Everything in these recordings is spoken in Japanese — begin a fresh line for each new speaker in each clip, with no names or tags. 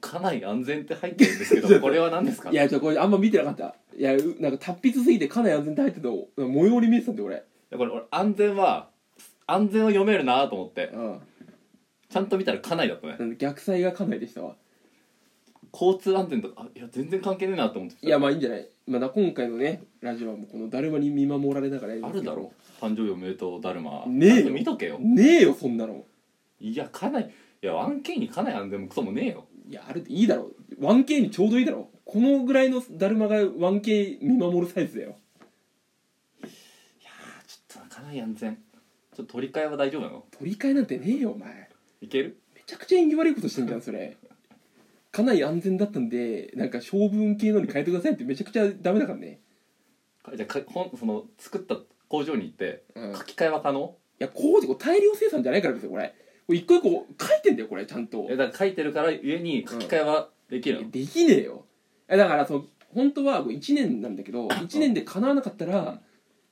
かなり安全って入ってるんですけど これは何ですか
いやちょこれあんま見てなかったいやうなんか達筆すぎてかなり安全って入ってたの模様に見えてたんで俺
いやこれ俺安全は安全を読めるなと思って
うん
ちゃんと見たら家内だったね
なんで逆サイがかなりでしたわ
交通安全とかあいや全然関係ねえなと思って
いやまあいいんじゃない、まあ、今回のねラジオはもうこのだるまに見守られながらやり
あ
ます
る
けど
だろ誕生日おめでとうだるま
ねえよ
ちゃんと見とけよ
ねえよそんなの
いや家内いや 1K に家内安全もクソもねえよ
いやあれっていいだろ 1K にちょうどいいだろこのぐらいのだるまが 1K 見守るサイズだよ
あちょっと家内安全ちょっと取り替えは大丈夫なの
取り替えなんてねえよお前
いける
めちゃくちゃ縁起悪いことしてんじゃんそれかなり安全だったんでなんか性分系のに変えてくださいってめちゃくちゃダメだからね、
じゃあかほんその作った工場に行って
うん、い
書き換えは可能
や工事これ大量生産じゃないから別にこれこれ一個一個書いてんだよこれちゃんと
えだから書いてるからゆえに書き換えはできるの、
できねえよえだからその本当はこう1年なんだけど1年で叶わなかった
う
ら
ん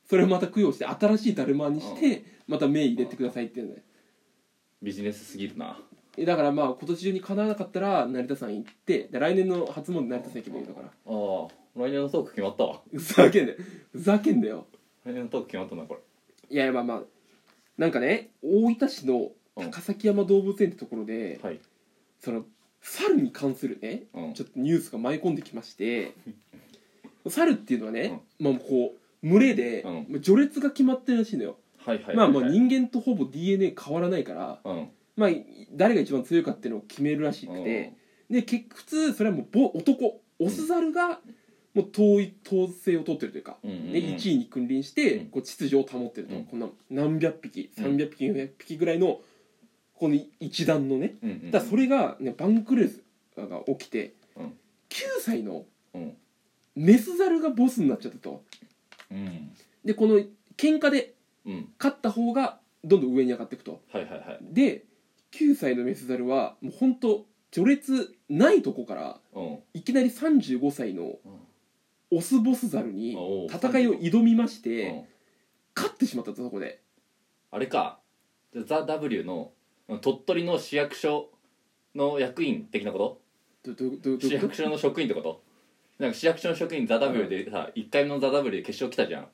それをまた供養して新しいだるまにしてまた銘入れてくださいっていうのね
ビジネスすぎるな
えだからまあ今年中に叶わなかったら成田山行ってで来年の初詣成田山行けばいいのか
あ
な
あ来年のトーク決まったわ
ふざけんなよふざけんなよ
来年のトーク決まったなこれ
いやいやまあまあなんかね大分市の高崎山動物園ってところで
はい、
その猿に関するね
うん、
ちょっとニュースが舞い込んできま して猿っていうのはね、まあこう群れで
うん
まあ序列が決まってるらしいのよ、
はいはいはいはい
まあまあ人間とほぼ DNA 変わらないから、
うん
まあ、誰が一番強いかっていうのを決めるらしくて、で結局普通それはもうぼ男オス猿がもう統一統制を取ってるというか、
うんうんうん、
で1位に君臨して
うん
こう秩序を保ってると、
うん
こんな何百匹
うん
300匹400匹ぐらいのこの一団のね
うんうん、
だからそれが、ね、バンクルーズが起きて、
うん
9歳の
うん
メス猿がボスになっちゃったと
うん
でこの喧嘩で
うん
勝った方がどんどん上に上がっていくと
はいはいはい
で9歳のメス猿はもうほんと序列ないとこから
うん
いきなり35歳のオスボス猿に
おう
戦いを挑みまし
う
て
ん
勝ってしまったとそこで
あれかじゃあザ・ W の鳥取の市役所の役員的なこ
どどど
と
ど
市役所の職員ってことなんか市役所の職員ザ・ W でさ1回目のザ・ W で決勝来たじゃん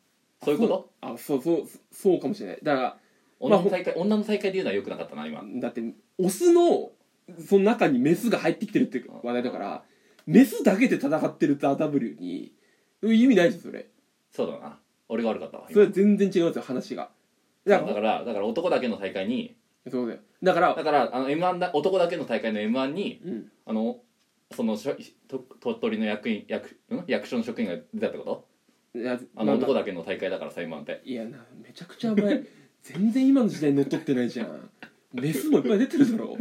そういうこと
あそうそうそうかもしれないだかそう
女の大会、女の大会で言うのはよくなかったな今
らだってオスのその中にメスが入ってきてるって話題だからメスだけで戦ってるザ・ W に意味ないですよそれ
そうだな俺が悪かったわ
そ
今
れは全然違いますよ話が
だ
だか
かららだから男だけの大会に
そうだよだか ら
だからあの m 1だ男だけの大会の m 1に
うん
あのそのしょと鳥取の役員役ん役所の職員が出たってこと
いや
あの
まあまあ
男だけの大会だから裁判って
いやなめちゃくちゃお前全然今の時代に乗っ取ってないじゃんメスもいっぱい出てるだろ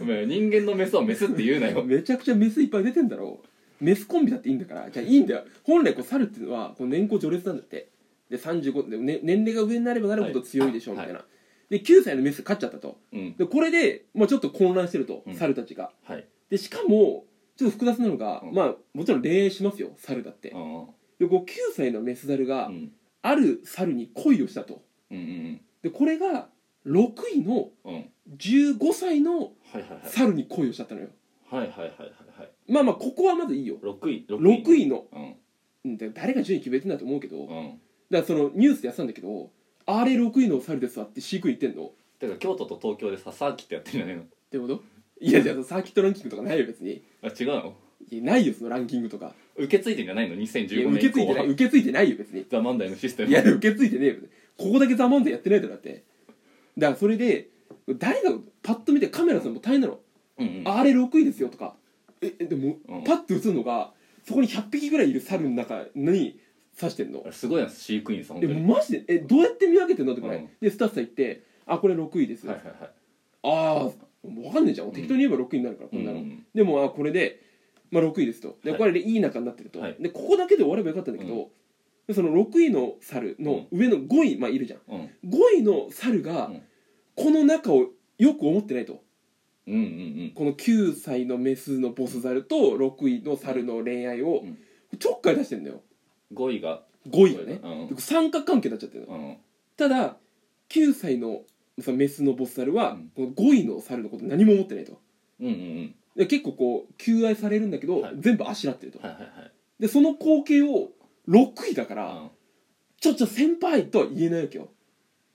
お前人間のメスをメスって言うなよ
めちゃくちゃメスいっぱい出てんだろメスコンビだっていいんだからじゃあいいんだよ本来こう猿っていうのはこう年功序列なんだってで35で、ね、年齢が上になればなるほど強いでしょみ
は
た
い
いな、で9歳のメス勝っちゃったと
うん
でこれで、まあ、ちょっと混乱してると、
うん
猿たちが
はい
でしかもちょっと複雑なのが、
うん
まあもちろん恋愛しますよ猿だって
うんうん
でこう9歳のメス猿が、
うん
ある猿に恋をしたと
うん
でこれが6位の
うんうん
15歳の
はいはいはい
猿に恋をしちゃったのよ
はいはいはいはいはい
まあまあここはまずいいよ
6位
6
6位
位の
うん
うんだから誰が順位決めてんだと思うけどだか
うん
らそのニュースでやってたんだけどあれ6位の猿ですわって飼育員言ってんのって
か京都と東京でさサーキットやってるんじゃね
てこといやいやサーキットランキングとかないよ別に
えのあ違うの
いやないよそのランキングとか
受け継いでんじゃないの
いや
2015
受
年
け
以
継い
降
でな
はい
受け継いでないよ別に
ザ・漫才のシステム
いや受け継いでねえよここだけザ・漫才やってないだろだってだからそれで誰がパッと見てカメラさんも大変なの
うんうん
あれ6位ですよとかええでも、
うん
パッて映るのがそこに100匹ぐらいいる猿の中に刺してんの
あれすごいな飼育員さん
え
本当に
マジでえどうやって見分けてんのってこれ、
うん
でスタッフさん行って「あこれ6位です」
はいはいはい
ああ分かんねえじゃん適当に言えば6位になるから、
う
こ
ん
ん
う
なの、
ん
でもあこれで、まあ、6位ですとで
はい
これでいい仲になってると、
はい
でここだけで終わればよかったんだけど、でその6位の猿の上の5位、まあ、いるじゃん
うん
5位の猿が、
うん
この中をよく思ってないと
うんうん
この9歳のメスのボス猿と6位の猿の恋愛を
うん
ちょっかい出してんだよ
うん5位が
5位がね
う
で
ん
三角関係になっちゃってるの
うん
ただ9歳のそのメスのボス猿
う
は
ん
この5位の猿のこと何も思ってないと
うんうん
で結構こう求愛されるんだけど、
はい
全部あしらってると、
はいはい
でその光景を6位だから、
はい
ちょちょ先輩とは言えないわけよ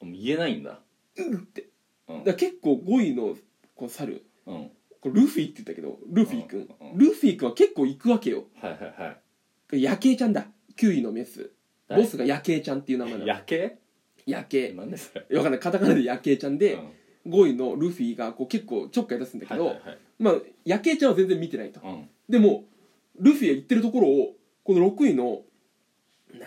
うんもう言えないんだ
うんって
う
だ
ん
から結構5位のこう猿
うん
こうルフィって言ったけどルフィ君、
うんうん
ルフィ君は結構行くわけよ
はいはいはい
夜景ちゃんだ9位のメス
誰
ボスが夜景ちゃんっていう名前なの
夜景
夜景
なんでそれ
わかんないカタカナで夜景ちゃんで、
うん
5位のルフィがこう結構ちょっかい出すんだけ
はい
ど、
はいはい
まあ夜景ちゃんは全然見てないと、
うん
でもルフィが言ってるところをこの6位の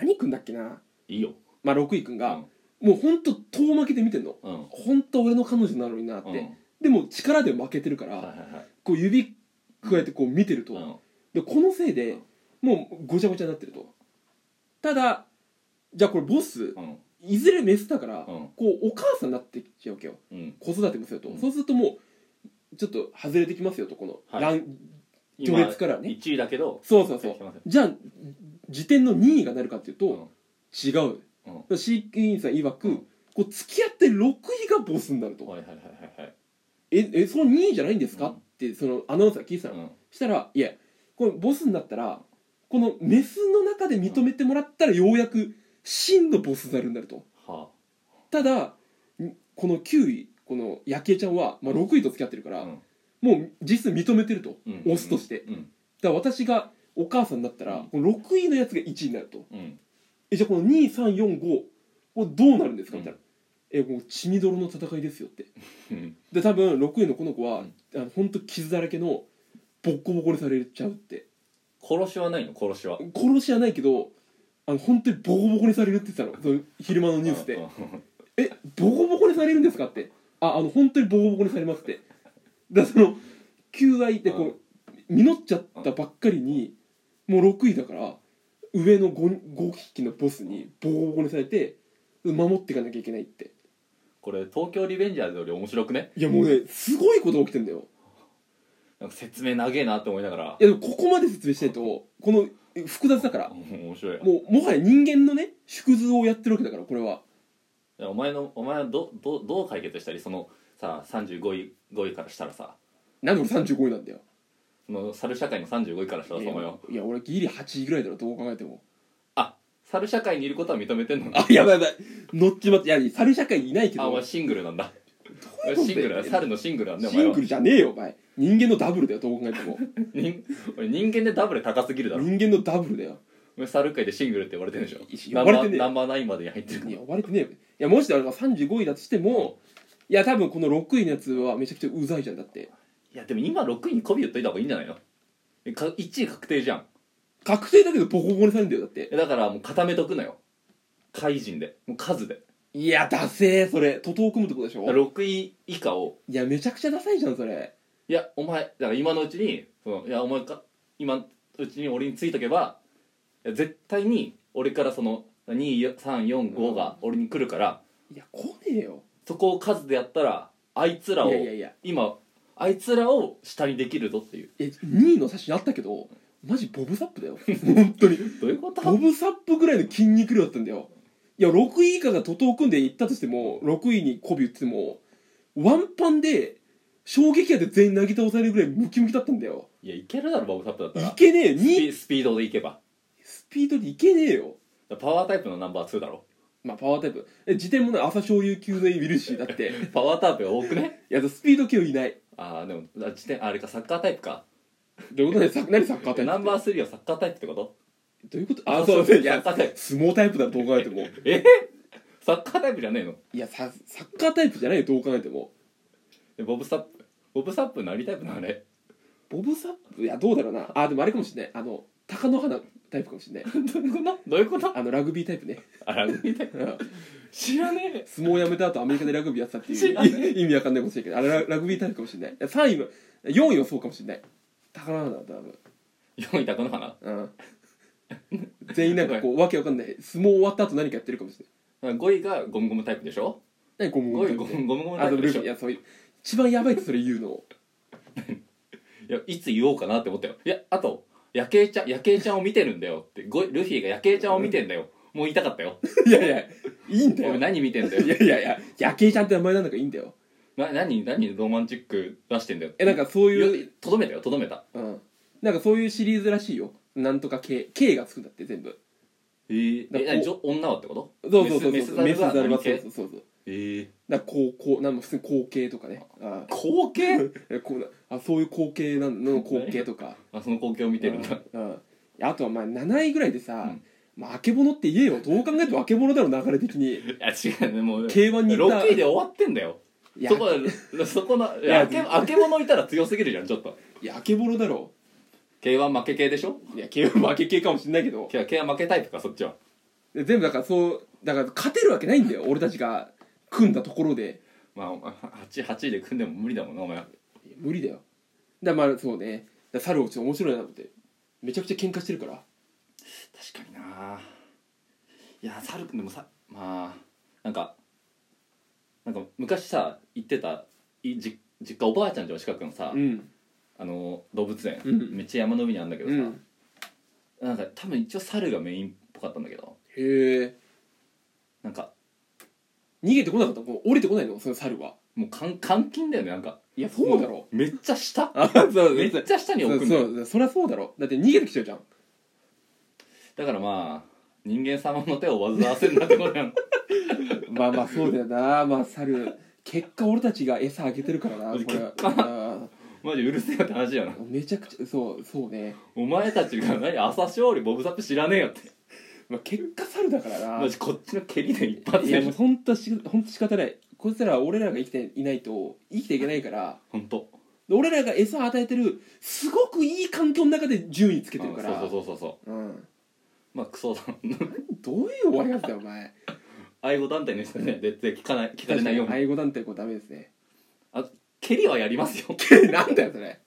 何君だっけない
いよ
まあ6位君
う
が
ん、
もうほんと遠負けて見てんの
うん
本当は俺の彼女なのになって、
うん
でも力で負けてるから、
はいはいはい
こう指加えてこう見てると、
うん
でこのせいでもうごちゃごちゃになってるとただじゃあこれボス
うん
いずれメスだから、
うん
こうお母さんになってきちゃうわけよ
うん
子育てもすると、
うん
そうするともうちょっと外れてきますよとこの、
はい
ラン
今
序列からね
1位だけど
そうそうそう
すいません
じゃあ時点の2位がなるかっていうと、
うん
違う、飼育員さん曰く、
うん
こう付き合って6位がボスになると、
はいはいはいはいはい
ええその2位じゃないんですか、
うん
ってそのアナウンサーが聞いてたの、
うん
したらいやこのボスになったらこのメスの中で認めてもらったらようやく真のボスザルになると
は
ただんこの9位この夜景ちゃんは、まあ、6位と付き合ってるか
あ
ら、
うん
もう実質認めてると、
うん
オスとして
うん
だから私がお母さんになったら、
うん
この6位のやつが1位になると
うん
えじゃあこの2345これどうなるんですか
うん
みたいな、えもう血みどろの戦いですよって
うん
で多分6位のこの子は、
うん
あの本当傷だらけのボッコボコにされちゃうって
殺しはないの殺しは
殺しはないけどあの本当にボコボコにされるって言ってたのその昼間のニュースで
うん
「えボコボコにされるんですか?」って「ああの本当にボコボコにされます」ってだからその求愛でこう実っちゃったばっかりにもう6位だから上の 5, 5匹のボスにボコボコにされて守っていかなきゃいけないって
これ東京リベンジャーズより面白くね
いやもうねすごいこと起きてんだよ
なんか説明長えなって思いながら
いやでもここまで説明しないとこのえ複雑だから
うん面白い
もうもはや人間のね縮図をやってるわけだからこれは
でお前のお前はどどどう解決したりそのさ35位5位からしたらさ
なんで俺35位なんだよ
その猿社会の35位からしたら
い
さ
や
お前はい
や俺ギリ8位ぐらいだろどう考えても
あ猿社会にいることは認めてんのね
あやばいやばい乗っちまっていや猿社会にいないけど
あお前シングル なんだ
ういうことだよ
シングルだ猿のシングルなんだよお
シ
前
ン
は
グルじゃねえよお前人間のダブルだよどう考えても
人俺人間でダブル高すぎるだろ
人間のダブルだよ
お前猿界でシングルって呼ばれてるでしょ
いや呼ばれてねえ
ナンバーナインまでに入ってるから
いや呼ばれてねえよいやもしだから35位だとしてもいや多分この6位のやつはめちゃくちゃうざいじゃんだって
いやでも今6位に媚び言っといた方がいいんじゃないのえか1位確定じゃん
確定だけどボコボコにされるんだよだって
えだからもう固めとくなよ怪人でもう数で
いやダセえそれ徒党を組むってことでしょ
6位以下を
いやめちゃくちゃダサいじゃんそれ
いやお前だから今のうちにそのいやお前か今のうちに俺についとけばいや絶対に俺からその23445が俺に来るから、
いや来ねえよ
そこを数でやったらあいつらを
いやいやいや
今あいつらを下にできるぞっていう
え2位の写真あったけどマジボブサップだよ本当に
どういうこと
ボブサップぐらいの筋肉量だったんだよいや6位以下が徒党を組んでいったとしても6位に媚び打っててもワンパンで衝撃波で全員投げ倒されるぐらいムキムキだったんだよ
いやいけるだろボブサップだった
い
ら
けねえ
スピ
2
スピードでいけば
スピードでいけねえよ
パワータイプのナンバー2だろ
まあパワータイプえ自転もない朝昇優級のいるしだって
パワータイプが多くね
いやスピード系はいない
ああでもあ自転あれかサッカータイプか
どういうことねさ何サッカータイプって
ナンバー3はサッカータイプってこと
どういうことあそうそうい
サ
や
ッカータイプ
相撲タイプだと考えても
えサッカータイプじゃねえの
いやさサッカータイプじゃないよどう考えても
えボブサップボブサップ何タイプなのあれ
ボブサップいやどうだろうなあでもあれかもしれないあの貴乃花タイプかもしれない
どういうことどういうこと
あのラグビータイプね
あラグビータイプ
うん
知らね
相撲やめた後アメリカでラグビーやってたって
知ら
いう意味わかんないかもしれないけどあれララグビータイプかもしれないいや3位は4位はそうかもしれない貴乃花だ多分
え4位高野花
うん全員なんかこうわけわかんない相撲終わった後何かやってるかもしれ
5位がゴムゴムタイプでしょ
ない何ゴ
5
ムゴムタ
位
イプ
ゴ
って
ムゴムゴム
あ
タイプ
の
で
ル
し
フ
ょ
ィい
い
やそういう一番やばいってそれ言うの
やいつ言おうかなって思ったよいやあと夜景ちゃん夜景ちゃんを見てるんだよってごいルフィが夜景ちゃんを見てんだよもう言いたかったよ
いやいやいいんだ
お前
よ
何見てんだ
い
よ
やいやいや夜景ちゃんって名前なんだからいいんだよ
な何何ロマンチック出してんだよ
えなんかそういう
よとどめたよとどめた
うん、なんかそういうシリーズらしいよなんとか K, K がつくんだって全部
えー、
だ
え
から
何じょ女はってこと
そうそうそう
メスメスザル
メ
が
スザ
系
ルそうそうそう
えー、
だからこうこうなんか普通に光景とかねあ
光景
えこうなあそういう光景なの光景とか
あその光景を見てるんだ
うんうんあとはまあ7位ぐらいでさ、
うん
まあ、あけぼのって言えよどう考えてもあけぼのだろ流れ的に
いや違うねもう
K1 に行った
6位で終わってんだよ
いや
そこはそこのい
や
やあけあけぼのいたら強すぎるじゃんちょっと
いやあけぼのだろ
K1 負け系でしょ
いや K は負け系かもしんないけど
K- K1 負けタイプかそっちは
で全部だからそうだから勝てるわけないんだよ俺たちが組んだところで
まあ 8, 8位で組んでも無理だもんなお前
いや無理だよだからまあそうねだから猿落ち面白いなと思ってめちゃくちゃ喧嘩してるから
確かにないや猿くんでもさまあなんかなんか昔さ行ってたいじ実家おばあちゃんじゃん近くのさ、
うん
あの動物園、
うん
めっちゃ山の上にあるんだけど
う
さ、
ん
なんか多分一応猿がメインっぽかったんだけど
へえ
なんか
逃げてこなかったもう降りてこないのその猿は
もう監監禁だよねなんか
いやそうだろ
もうめっちゃ下
あそうそう
めっちゃ下に
そ
置く
うん
だ
そ
よ
うそりゃそうだろだって逃げてきちゃうじゃん
だからまあ人間様の手を煩わせるなってことやん
まあまあそうだよなまあ猿結果俺たちが餌あげてるからなこれ
結
は
マジうるせえよって話やな
うんめちゃくちゃそうそうね、
お前たちが何朝勝利ボブサップ知らねえよって
まあ、結果猿だからな
マジこっちの蹴りで一発
いや
で
もうほんとしほんと仕方ないこいつらは俺らが生きていないと生きていけないから
ほんと
で俺らが餌を与えてるすごくいい環境の中で順位つけてるから
そうそうそうそうそ
うん
うまあクソだ
どういう終わり方だよお前
愛護団体の人ね絶対聞かない聞かれないように
愛護団体こうダメですね
蹴りはやりますよ
なんだよそれ